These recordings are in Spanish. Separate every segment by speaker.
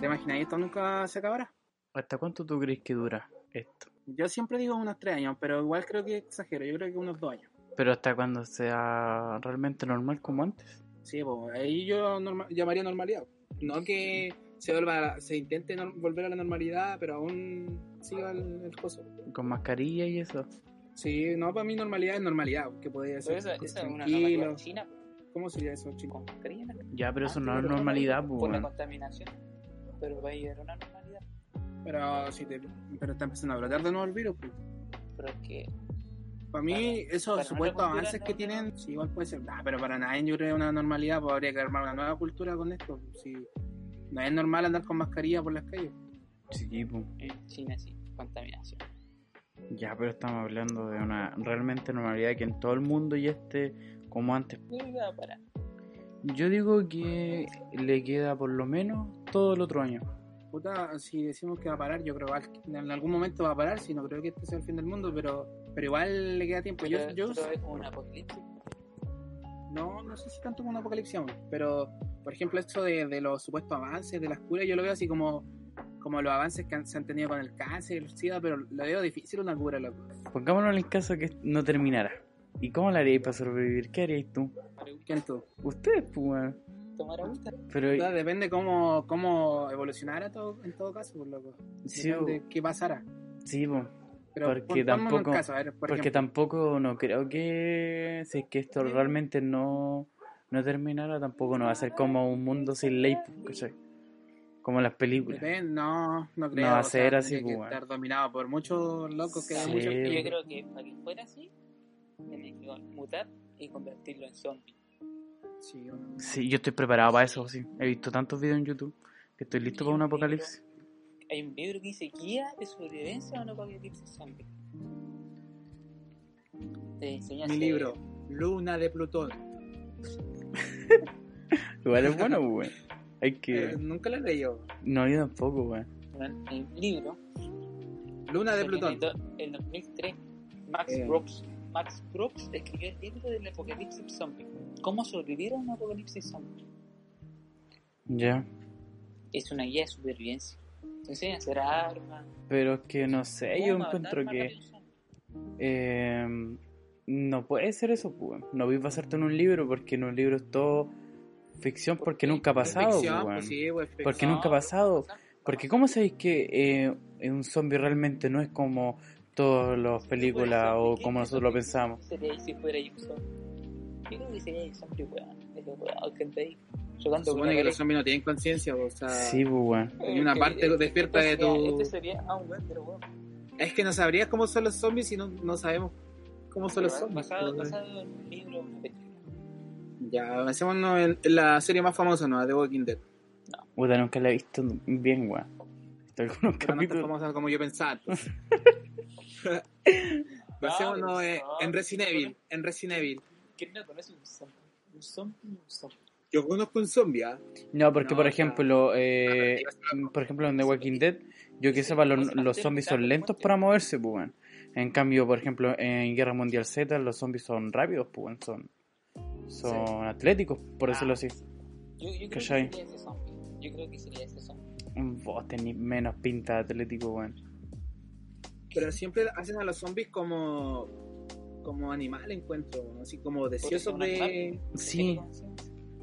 Speaker 1: ¿Te imaginas esto nunca se acabará?
Speaker 2: ¿Hasta cuánto tú crees que dura esto?
Speaker 1: Yo siempre digo unos tres años, pero igual creo que exagero, yo creo que unos dos años.
Speaker 2: Pero hasta cuando sea realmente normal como antes.
Speaker 1: Sí, pues ahí yo norma- llamaría normalidad. No que se vuelva, a la- se intente nor- volver a la normalidad, pero aún siga el, el coso.
Speaker 2: Con mascarilla y eso.
Speaker 1: Sí, no, para mí normalidad es normalidad, que podría
Speaker 3: Pero
Speaker 1: ser
Speaker 3: eso,
Speaker 1: pues,
Speaker 3: eso es una
Speaker 1: tranquilo.
Speaker 3: normalidad en China,
Speaker 1: ¿Cómo sería eso, chico?
Speaker 3: con mascarilla en la calle.
Speaker 2: Ya, pero eso
Speaker 3: Antes
Speaker 2: no es
Speaker 3: era
Speaker 2: normalidad,
Speaker 3: normal,
Speaker 2: pues,
Speaker 3: Por la
Speaker 2: weón.
Speaker 3: contaminación. Pero va a ir una normalidad.
Speaker 1: Pero sí, te- pero está empezando a brotar de nuevo el virus. Pues.
Speaker 3: Pero es que
Speaker 1: Para mí,
Speaker 3: Para-
Speaker 1: esos
Speaker 3: para
Speaker 1: supuestos
Speaker 3: nuestra cultura
Speaker 1: avances
Speaker 3: no-
Speaker 1: que tienen, sí, igual puede ser. Nah, pero para nadie, yo creo que es una normalidad, pues habría que armar una nueva cultura con esto. Si no es normal andar con mascarilla por las calles.
Speaker 2: Sí, pues.
Speaker 3: en China sí, contaminación.
Speaker 2: Ya, pero estamos hablando de una realmente normalidad que en todo el mundo ya esté como antes.
Speaker 3: Nunca para.
Speaker 2: Yo digo que le queda por lo menos todo el otro año.
Speaker 1: Puta, si decimos que va a parar, yo creo que al- en algún momento va a parar, si no creo que este sea el fin del mundo, pero pero igual le queda tiempo. Yo,
Speaker 3: Pero
Speaker 1: yo
Speaker 3: esto es un apocalipsis.
Speaker 1: no, no sé si tanto como un apocalipsis, aún, pero por ejemplo, esto de, de los supuestos avances de las curas, yo lo veo así como, como los avances que han- se han tenido con el cáncer, el SIDA, pero lo veo difícil una cura, loco.
Speaker 2: Pongámonos en el caso que no terminara. ¿Y cómo lo haríais para sobrevivir? ¿Qué haríais tú?
Speaker 1: ¿Quién tú?
Speaker 2: Ustedes, pues, weón.
Speaker 3: Tomar agüita.
Speaker 1: Puta,
Speaker 2: Pero
Speaker 1: depende cómo, cómo evolucionara todo, en todo caso, por loco.
Speaker 2: sí,
Speaker 1: Depende
Speaker 2: pues,
Speaker 1: qué pasara.
Speaker 2: sí, pues.
Speaker 1: Pero
Speaker 2: Porque
Speaker 1: pon- pongámonos en
Speaker 2: tampoco-
Speaker 1: caso, a ver, por
Speaker 2: Porque
Speaker 1: ejemplo.
Speaker 2: tampoco no creo que si es que esto realmente no, no terminara, tampoco no va a ser como un mundo sin ley, pues, ¿cachai? Como las películas.
Speaker 1: Depende, no, no creo.
Speaker 2: va a
Speaker 1: o
Speaker 2: ser
Speaker 1: sea,
Speaker 2: así,
Speaker 1: tendría que
Speaker 2: pues,
Speaker 1: estar dominado por muchos locos que
Speaker 2: Sí.
Speaker 1: dan mucho
Speaker 2: Eh,
Speaker 3: Yo
Speaker 2: bueno.
Speaker 3: creo que para que fuera así, tienen que mutar y convertirlo en zombie.
Speaker 1: Sí, bueno.
Speaker 2: Sí, yo estoy preparado para eso, sí. He visto tantos videos en YouTube que estoy listo para un apocalipsis.
Speaker 3: Hay un libro que dice guía de sobrevivencia a un apocalipsis zombie. Te enseña este a
Speaker 1: Mi
Speaker 3: hacer-
Speaker 1: libro, Luna de Plutón.
Speaker 2: Igual es bueno, pues, weón. Hay
Speaker 1: Eh,
Speaker 2: que...
Speaker 1: nunca lo he leído.
Speaker 2: No, yo tampoco, weón.
Speaker 3: Hay un libro
Speaker 1: Luna de
Speaker 3: que
Speaker 1: Plutón.
Speaker 3: editó en 2003 Max
Speaker 1: Eh.
Speaker 3: Brooks. Max Brooks escribió el libro del apocalipsis zombie. ¿Cómo sobrevivir a un apocalipsis zombie?
Speaker 2: Ya.
Speaker 3: Es una guía de supervivencia. Te enseña a hacer armas.
Speaker 2: Pero es que no sé, yo
Speaker 3: cómo matar
Speaker 2: encuentro
Speaker 3: más
Speaker 2: que...
Speaker 3: rápido un zombie.
Speaker 2: eh, no puede ser eso, pues, weón. No voy a basarte en un libro porque en un libro es todo ficción porque nunca ha pasado,
Speaker 1: Ficción,
Speaker 2: weón.
Speaker 1: pues sí, pues,
Speaker 2: Porque
Speaker 1: ficción.
Speaker 2: nunca ha pasado. Porque ¿cómo sabéis que eh, un zombie realmente no es como todas las películas o como nosotros lo pensamos?
Speaker 3: Sería si fuera yo un zombie. Yo creo que sería yo un zombie, weón. Ese weón que está ahí chocando con una
Speaker 1: Supone que
Speaker 3: pared.
Speaker 1: los zombies no tienen conciencia, o sea.
Speaker 2: Sí, pues, weón.
Speaker 1: hay una
Speaker 3: Eh,
Speaker 1: parte
Speaker 3: eh,
Speaker 1: despierta
Speaker 3: este
Speaker 1: de tu-
Speaker 3: sería- Este sería ah, un weón, pero weón.
Speaker 1: Es que no sabrías cómo son los zombies si no, no sabemos cómo son los
Speaker 3: Pero
Speaker 1: zombies.
Speaker 3: Basado,
Speaker 1: pues.
Speaker 3: basado en un libro, una película.
Speaker 1: Ya, avancémonos en, en la serie más famosa, ¿no? The Walking Dead.
Speaker 2: Puta, nunca la he visto bien, weón. Hasta algunos
Speaker 1: Pero no es tan
Speaker 2: capítulos.
Speaker 1: famosa como yo pensaba. pues.
Speaker 3: No,
Speaker 1: Basémonos
Speaker 3: pero
Speaker 1: en,
Speaker 3: no,
Speaker 1: en
Speaker 3: no,
Speaker 1: Resident
Speaker 3: no.
Speaker 1: Evil. En Resident Evil.
Speaker 3: ¿Quién no conoce un zombie? Un zombie, un zombie.
Speaker 1: Yo conozco un zombie, ¿ah?
Speaker 2: No, porque
Speaker 1: No,
Speaker 2: por
Speaker 1: no.
Speaker 2: ejemplo, eh, por ejemplo en The Walking Dead, yo que sepa, los, los zombies son lentos para moverse, pues, weón. En cambio, por ejemplo, en Guerra Mundial Z, los zombies son rápidos, pues, weón. Son, son atléticos,
Speaker 1: Ah.
Speaker 2: por decirlo así.
Speaker 3: Yo, yo creo que
Speaker 2: ¿Cachai?
Speaker 3: sería ese zombie. Yo creo que sería ese zombie.
Speaker 2: Vos tenés menos pinta de atlético, weón.
Speaker 1: Pero siempre hacen a los zombies como como animal encuentro, así como deseosos
Speaker 3: un
Speaker 1: de...
Speaker 3: animal.
Speaker 2: Sí,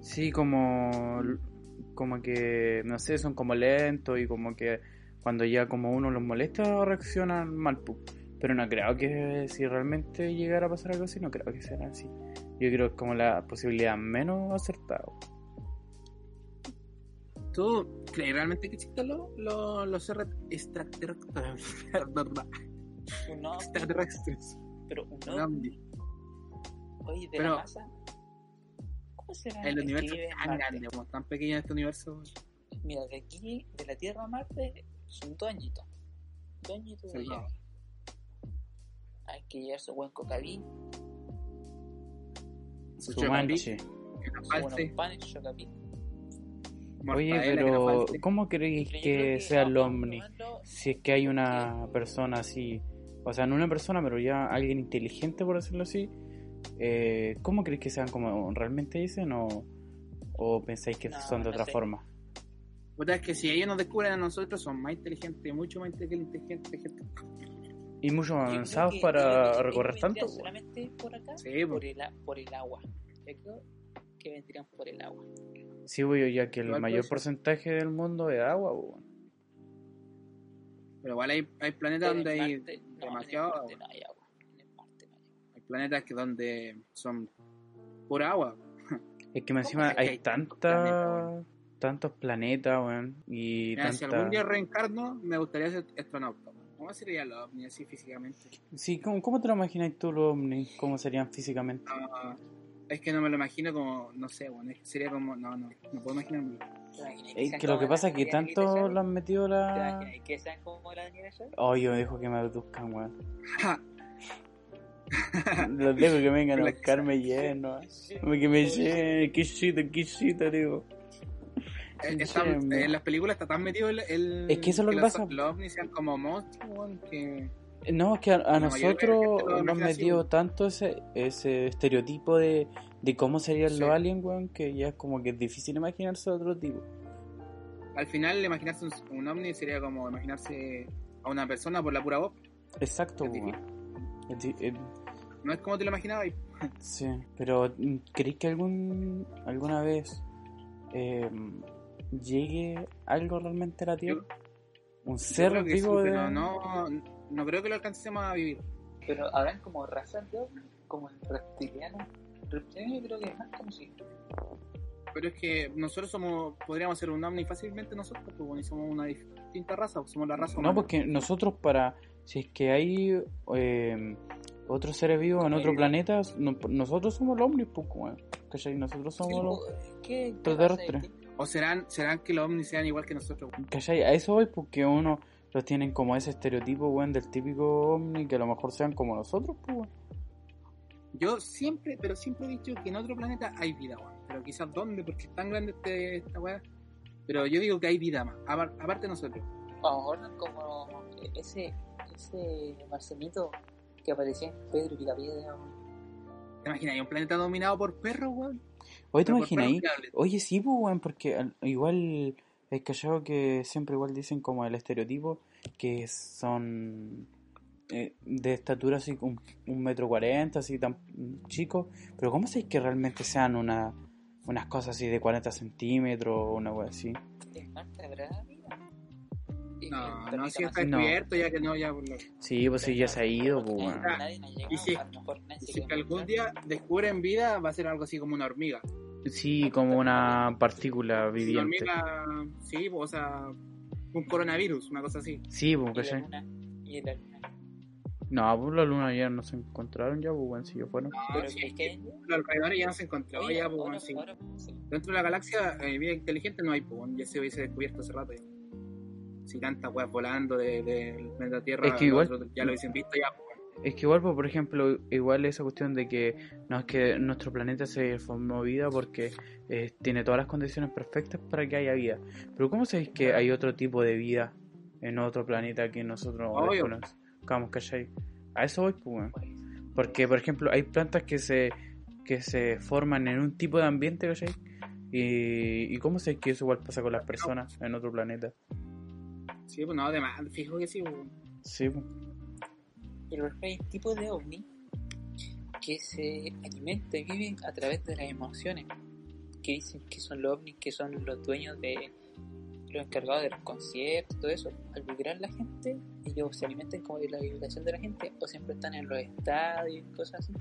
Speaker 2: sí, como, como que, no sé, son como lentos y como que cuando ya como uno los molesta reaccionan mal. pu. Pero no creo que si realmente llegara a pasar algo así, no creo que sea así. Yo creo que es como la posibilidad menos acertada.
Speaker 1: ¿Tú crees realmente que existen los los los ser- extraterrestres?
Speaker 3: Un ovni,
Speaker 1: Extraterrestres.
Speaker 3: pero un
Speaker 1: Un
Speaker 3: ovni.
Speaker 1: ovni.
Speaker 3: Oye, de
Speaker 1: Pero-
Speaker 3: la masa. ¿Cómo será
Speaker 1: El
Speaker 3: que
Speaker 1: universo
Speaker 3: vive
Speaker 1: es
Speaker 3: en
Speaker 1: tan
Speaker 3: Marte?
Speaker 1: grande, como tan pequeño este universo.
Speaker 3: Mira, de aquí, de la Tierra a Marte, son dos añitos. Dos añitos de
Speaker 1: Sí,
Speaker 3: viaje. Hay que llevar su buen cocaví,
Speaker 1: Su
Speaker 2: Su
Speaker 1: que
Speaker 2: manche.
Speaker 1: no
Speaker 3: su
Speaker 1: falte,
Speaker 3: buenos panes, chocaví.
Speaker 2: Oye,
Speaker 1: mortadela que no
Speaker 2: pero
Speaker 1: falte.
Speaker 2: ¿cómo creéis que sea el Omni?
Speaker 3: Yo
Speaker 2: Si es que hay una persona así, o sea, no una persona, pero ya alguien inteligente, por decirlo así, eh, ¿cómo crees que sean como realmente dicen o, o pensáis que
Speaker 3: No,
Speaker 2: son de
Speaker 3: no
Speaker 2: otra
Speaker 3: sé.
Speaker 2: forma?
Speaker 1: Puta, es que si ellos nos descubren a nosotros, son más inteligentes, mucho más inteligentes que gente.
Speaker 2: Y mucho más
Speaker 3: Yo creo
Speaker 2: avanzados
Speaker 3: que- yo creo
Speaker 2: para
Speaker 3: que
Speaker 2: recorrer
Speaker 3: ellos
Speaker 2: tanto.
Speaker 3: vendrían Solamente por acá,
Speaker 1: Sí, po.
Speaker 3: por, el, a- por el agua. Yo creo que vendrían por el agua.
Speaker 2: weón. Sí, weón, ya que el
Speaker 1: Igual puede
Speaker 2: mayor
Speaker 1: ser.
Speaker 2: porcentaje del mundo es agua, weón.
Speaker 1: Pero igual hay, hay planetas
Speaker 3: Pero
Speaker 1: donde
Speaker 3: en
Speaker 1: hay
Speaker 3: Marte- no,
Speaker 1: demasiado
Speaker 3: en el Marte no hay agua. En el Marte no hay agua.
Speaker 1: Hay planetas que donde son pura agua.
Speaker 2: Es que más
Speaker 3: ¿Cómo
Speaker 2: encima
Speaker 3: es que
Speaker 2: hay
Speaker 1: hay tantos planetas,
Speaker 2: tantas tantos planetas, weón. Y
Speaker 1: Mira, Si algún día
Speaker 2: tanta...
Speaker 1: reencarno, me gustaría ser astronauta. ¿Cómo sería los ovnis así físicamente?
Speaker 2: Sí, ¿cómo, cómo te lo imaginas tú los ovnis? ¿Cómo serían físicamente?
Speaker 1: Ah, es que no me lo imagino como, no sé, bueno, es que sería como, no, no, no puedo imaginarme.
Speaker 3: ¿Te imaginas
Speaker 2: Es
Speaker 3: sean
Speaker 2: que lo
Speaker 3: como
Speaker 2: que
Speaker 3: la
Speaker 2: pasa es que
Speaker 3: Daniela
Speaker 2: tanto
Speaker 3: Scioli?
Speaker 2: lo han metido
Speaker 3: ¿Te
Speaker 2: la...
Speaker 3: imaginas que sean como la Daniela Scioli?
Speaker 2: Oh, yo dejo que me abduzcan, weón.
Speaker 1: Ja,
Speaker 2: Los dejo que vengan a
Speaker 1: La-
Speaker 2: buscarme lleno. Que me "Eh, llenen, qué chito, qué chito, digo.
Speaker 1: eh, está-
Speaker 2: Entiendo.
Speaker 1: en las películas está tan metido el, el-
Speaker 2: Es que eso es lo que
Speaker 1: los,
Speaker 2: pasa.
Speaker 1: los ovnis sean como monstruos, weón, que
Speaker 2: No, es que a,
Speaker 1: La mayoría de la
Speaker 2: a nosotros
Speaker 1: gente lo
Speaker 2: nos han
Speaker 1: imagina así,
Speaker 2: metido
Speaker 1: weón.
Speaker 2: tanto ese, ese estereotipo de, de cómo serían
Speaker 1: Sí.
Speaker 2: los aliens, weón, que ya es como que es difícil imaginarse otro tipo.
Speaker 1: al final imaginarse un, un ovni sería como imaginarse a una persona por la pura voz.
Speaker 2: Exacto,
Speaker 1: Es
Speaker 2: weón. Es di- eh,
Speaker 1: No es como te lo imaginabas.
Speaker 2: sí, pero mm, ¿crees que algún alguna vez eh, llegue algo realmente a la Tierra? Un
Speaker 1: Yo
Speaker 2: ser
Speaker 1: creo que sí,
Speaker 2: vivo de...
Speaker 1: pero no, no creo que lo alcancemos a vivir.
Speaker 3: Pero habrán como razas de ovnis, como el reptiliano. Reptiliano yo creo que es más conocido.
Speaker 1: Pero es que nosotros somos, podríamos ser un ovni fácilmente nosotros, porque bueno, y somos una distinta raza, somos la raza humana.
Speaker 2: No, porque nosotros para... Si es que hay eh, otros seres vivos en otro
Speaker 1: Sí.
Speaker 2: planeta, no- nosotros somos los hombres, pues, weón. ¿Cachai? Nosotros somos los...
Speaker 3: ¿Qué qué raza
Speaker 2: Extraterrestre.
Speaker 3: es que-
Speaker 1: O serán, serán que los ovnis sean igual que nosotros.
Speaker 2: ¿Cachai? A eso voy porque uno los tienen como ese estereotipo, weón, del típico ovni, que a lo mejor sean como nosotros, pues, weón.
Speaker 1: Yo siempre, pero siempre he dicho que en otro planeta hay vida, weón. Pero quizás dónde, porque es tan grande este, esta weá. Pero yo digo que hay vida más, apar- aparte de nosotros.
Speaker 3: A lo mejor como ese, ese marcenito que aparecía en Pedro y Picapiedra.
Speaker 1: ¿Te imaginas? Hay un planeta dominado por perros, weón.
Speaker 2: Oye, ¿te
Speaker 1: Pero por
Speaker 2: imaginas ahí?
Speaker 1: perros fiables.
Speaker 2: Oye, sí, pues, weón, porque al- igual es callado que siempre igual dicen como el estereotipo que son eh, de estatura así como un, metro cuarenta, así tan chicos. Pero ¿cómo sabéis que realmente sean una, unas cosas así de 40 centímetros o una wea así?
Speaker 3: ¿En Marte habrá vida? Y el
Speaker 1: No, no,
Speaker 3: planeta
Speaker 1: si
Speaker 3: más
Speaker 1: está
Speaker 2: No.
Speaker 1: descubierto, ya que no, ya por lo-
Speaker 2: Sí, pues sí, ya se ha ido, pues,
Speaker 3: Nadie-
Speaker 2: weón.
Speaker 3: nadie nos llega,
Speaker 1: Y si-
Speaker 3: a lo mejor nadie
Speaker 1: Y
Speaker 3: se
Speaker 1: si
Speaker 3: queda
Speaker 1: que algún
Speaker 3: atrás.
Speaker 1: día descubren vida, va a ser algo así como una hormiga.
Speaker 2: Sí, como una partícula
Speaker 1: Una
Speaker 2: viviente.
Speaker 1: hormiga, sí, o sea, un coronavirus, una cosa así.
Speaker 2: Sí, pues,
Speaker 3: Y la
Speaker 2: ¿cachai?
Speaker 3: luna. Y la luna.
Speaker 1: Ah,
Speaker 2: No, pues la luna ya no se encontraron ya, pues, weón, si yo fuera.
Speaker 3: Pero
Speaker 1: Pero
Speaker 3: que- que-
Speaker 1: los alrededores ya no se encontraba,
Speaker 3: oye,
Speaker 1: ya, pues,
Speaker 3: ahora-
Speaker 1: bueno, sí.
Speaker 3: ahora- sí.
Speaker 1: Dentro de la galaxia, eh, vida inteligente no hay, pues, bueno, ya se hubiese descubierto hace rato. ya. Si tantas weas volando de- del planeta Tierra,
Speaker 2: Es que igual-
Speaker 1: nosotros ya lo hubiesen visto, ya, pues, bueno.
Speaker 2: Es que igual, pues, por ejemplo, igual esa cuestión de que no es que nuestro planeta se formó vida porque eh, tiene todas las condiciones perfectas para que haya vida. Pero ¿cómo sabéis que hay otro tipo de vida en otro planeta que nosotros
Speaker 1: Obvio.
Speaker 2: desconozcamos, cachai? A eso voy, pues, weón. Porque, por ejemplo, hay plantas que se, que se forman en un tipo de ambiente, ¿cachai? Y, y cómo sabéis que eso igual pasa con las personas en otro planeta.
Speaker 1: Sí, pues no, además, fijo que sí, pues, bueno.
Speaker 2: Sí, pues.
Speaker 3: Pero hay tipos de ovni que se alimenta y viven a través de las emociones. Que dicen que son los ovnis, que son los dueños de los encargados de los conciertos, todo eso. Al vibrar la gente, ellos se alimentan como de la vibración de la gente, o siempre están en los estadios y cosas así.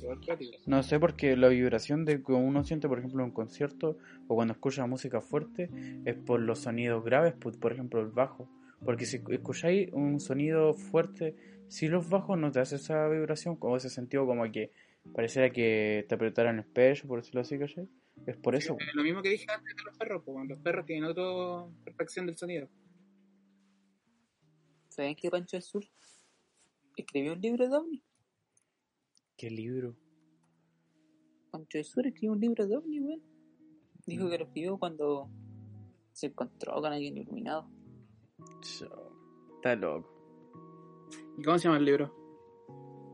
Speaker 1: igual que otros.
Speaker 2: No sé, porque la vibración de que uno siente, por ejemplo, en un concierto o cuando escucha música fuerte es por los sonidos graves, por, por ejemplo, el bajo. Porque si escucháis un sonido fuerte, si los bajos no te hace esa vibración, como ese sentido como que pareciera que te apretaran el pecho, por decirlo así, ¿cachai? Es por eso.
Speaker 1: Eh, Lo mismo que dije antes de los perros, pues, bueno, los perros tienen otra perfección del sonido.
Speaker 3: ¿Saben que Pancho Azul escribió un libro de ovni?
Speaker 2: Qué libro.
Speaker 3: Pancho de Sur escribió un libro de ovni, weón.
Speaker 2: Mm.
Speaker 3: Dijo que lo escribió cuando se encontró con alguien iluminado.
Speaker 2: Está loco.
Speaker 1: ¿Y cómo se llama el libro?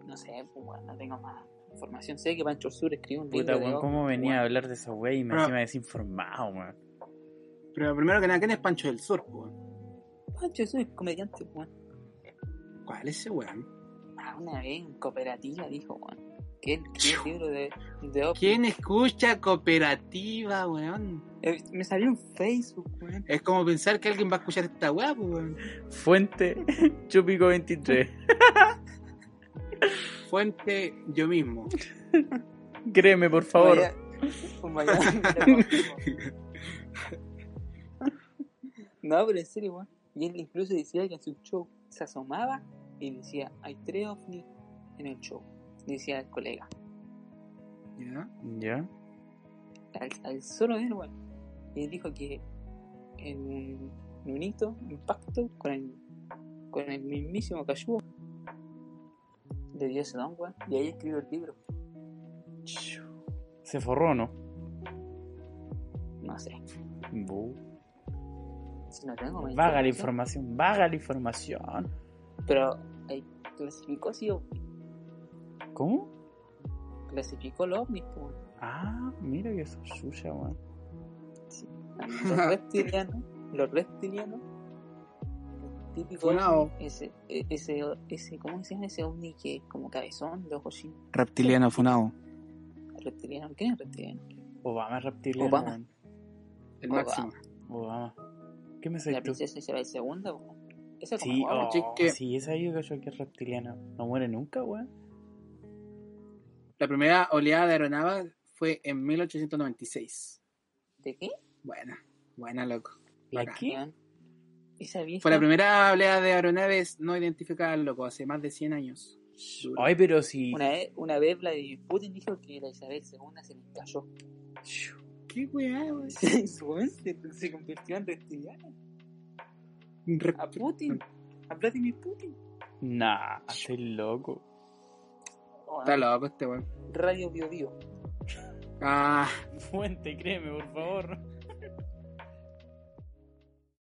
Speaker 3: No sé, pues, weón, no tengo más información. Sé que Pancho Sur escribió un
Speaker 2: Puta,
Speaker 3: libro de
Speaker 2: weón,
Speaker 3: ovni.
Speaker 2: cómo venía a
Speaker 3: weón.
Speaker 2: hablar de esa wey y me
Speaker 1: Ah.
Speaker 2: encima desinformado, weón.
Speaker 1: Pero primero que nada, ¿quién es Pancho del Sur, po?
Speaker 3: Pancho, soy comediante, weón.
Speaker 1: ¿Cuál es ese weón?
Speaker 3: Ah, una vez en cooperativa dijo, weón. Que él quería el libro de, de Ovni.
Speaker 1: ¿Quién escucha cooperativa, weón?
Speaker 3: Eh, Me salió en Facebook, weón.
Speaker 1: Es como pensar que alguien va a escuchar esta weá, po, weón.
Speaker 2: Fuente Chupico 23.
Speaker 1: Fuente yo mismo.
Speaker 2: Créeme, por favor.
Speaker 3: Vaya- un vaya- no, pero en serio, weón. Y él incluso decía que en su show se asomaba y decía, hay tres ovnis en el show. Decía el colega.
Speaker 1: ¿Ya?
Speaker 2: Ya.
Speaker 3: al, al solo de él, weón. Y él dijo que en un, en un hito, un pacto con el, con el mismísimo Cayugo le dio ese don, weón. Y ahí escribió el libro.
Speaker 2: Se forró, ¿no?
Speaker 3: No sé,
Speaker 2: Bu.
Speaker 3: si no tengo más
Speaker 2: Vaga la
Speaker 3: información,
Speaker 2: información, vaga la información.
Speaker 3: Pero ahí clasificó, sí, o-
Speaker 2: ¿Cómo?
Speaker 3: clasificó los ovnis, po, weón.
Speaker 2: Ah, mira que eso es suya, weón.
Speaker 3: Los reptilianos, los reptilianos, el típico
Speaker 1: Funao.
Speaker 3: ovni, ese, e- ese, ese, ¿cómo se llama ese ovni que es como cabezón de ojos chinos?
Speaker 1: Reptiliano Funao.
Speaker 3: Reptiliano, ¿quién es reptiliano?
Speaker 2: Obama es reptiliano,
Speaker 3: Obama.
Speaker 2: weón.
Speaker 1: El
Speaker 3: Oh,
Speaker 1: máximo.
Speaker 2: Obama. ¿Qué me
Speaker 3: La
Speaker 2: sabes tú?
Speaker 3: princesa Isabel segunda, po. Esa como
Speaker 2: Sí,
Speaker 3: ahora,
Speaker 2: oh,
Speaker 1: sí que-
Speaker 2: sí, esa yo creo que es reptiliana. No muere nunca, weón.
Speaker 1: La primera oleada de aeronaves fue en 1896.
Speaker 3: ¿De qué?
Speaker 1: Buena, buena, loco.
Speaker 2: ¿La
Speaker 1: Bacán.
Speaker 2: qué?
Speaker 3: Weón. Esa vieja.
Speaker 1: Fue la primera oleada de aeronaves no identificadas, loco, hace más de 100 años. Duro.
Speaker 2: Ay, pero si.
Speaker 3: Una vez, una vez Vladimir Putin dijo que la Isabel II se le cayó.
Speaker 1: ¿Qué weá, weón?
Speaker 3: Sí, su weón se, se convirtió en reptiliana.
Speaker 1: Rep-
Speaker 3: A Putin. A Vladimir Putin.
Speaker 2: Nah, estoy loco.
Speaker 3: Oh,
Speaker 1: Está loco este weón.
Speaker 3: Radio Bio Bio.
Speaker 1: Ah,
Speaker 2: Fuente, créeme, por favor.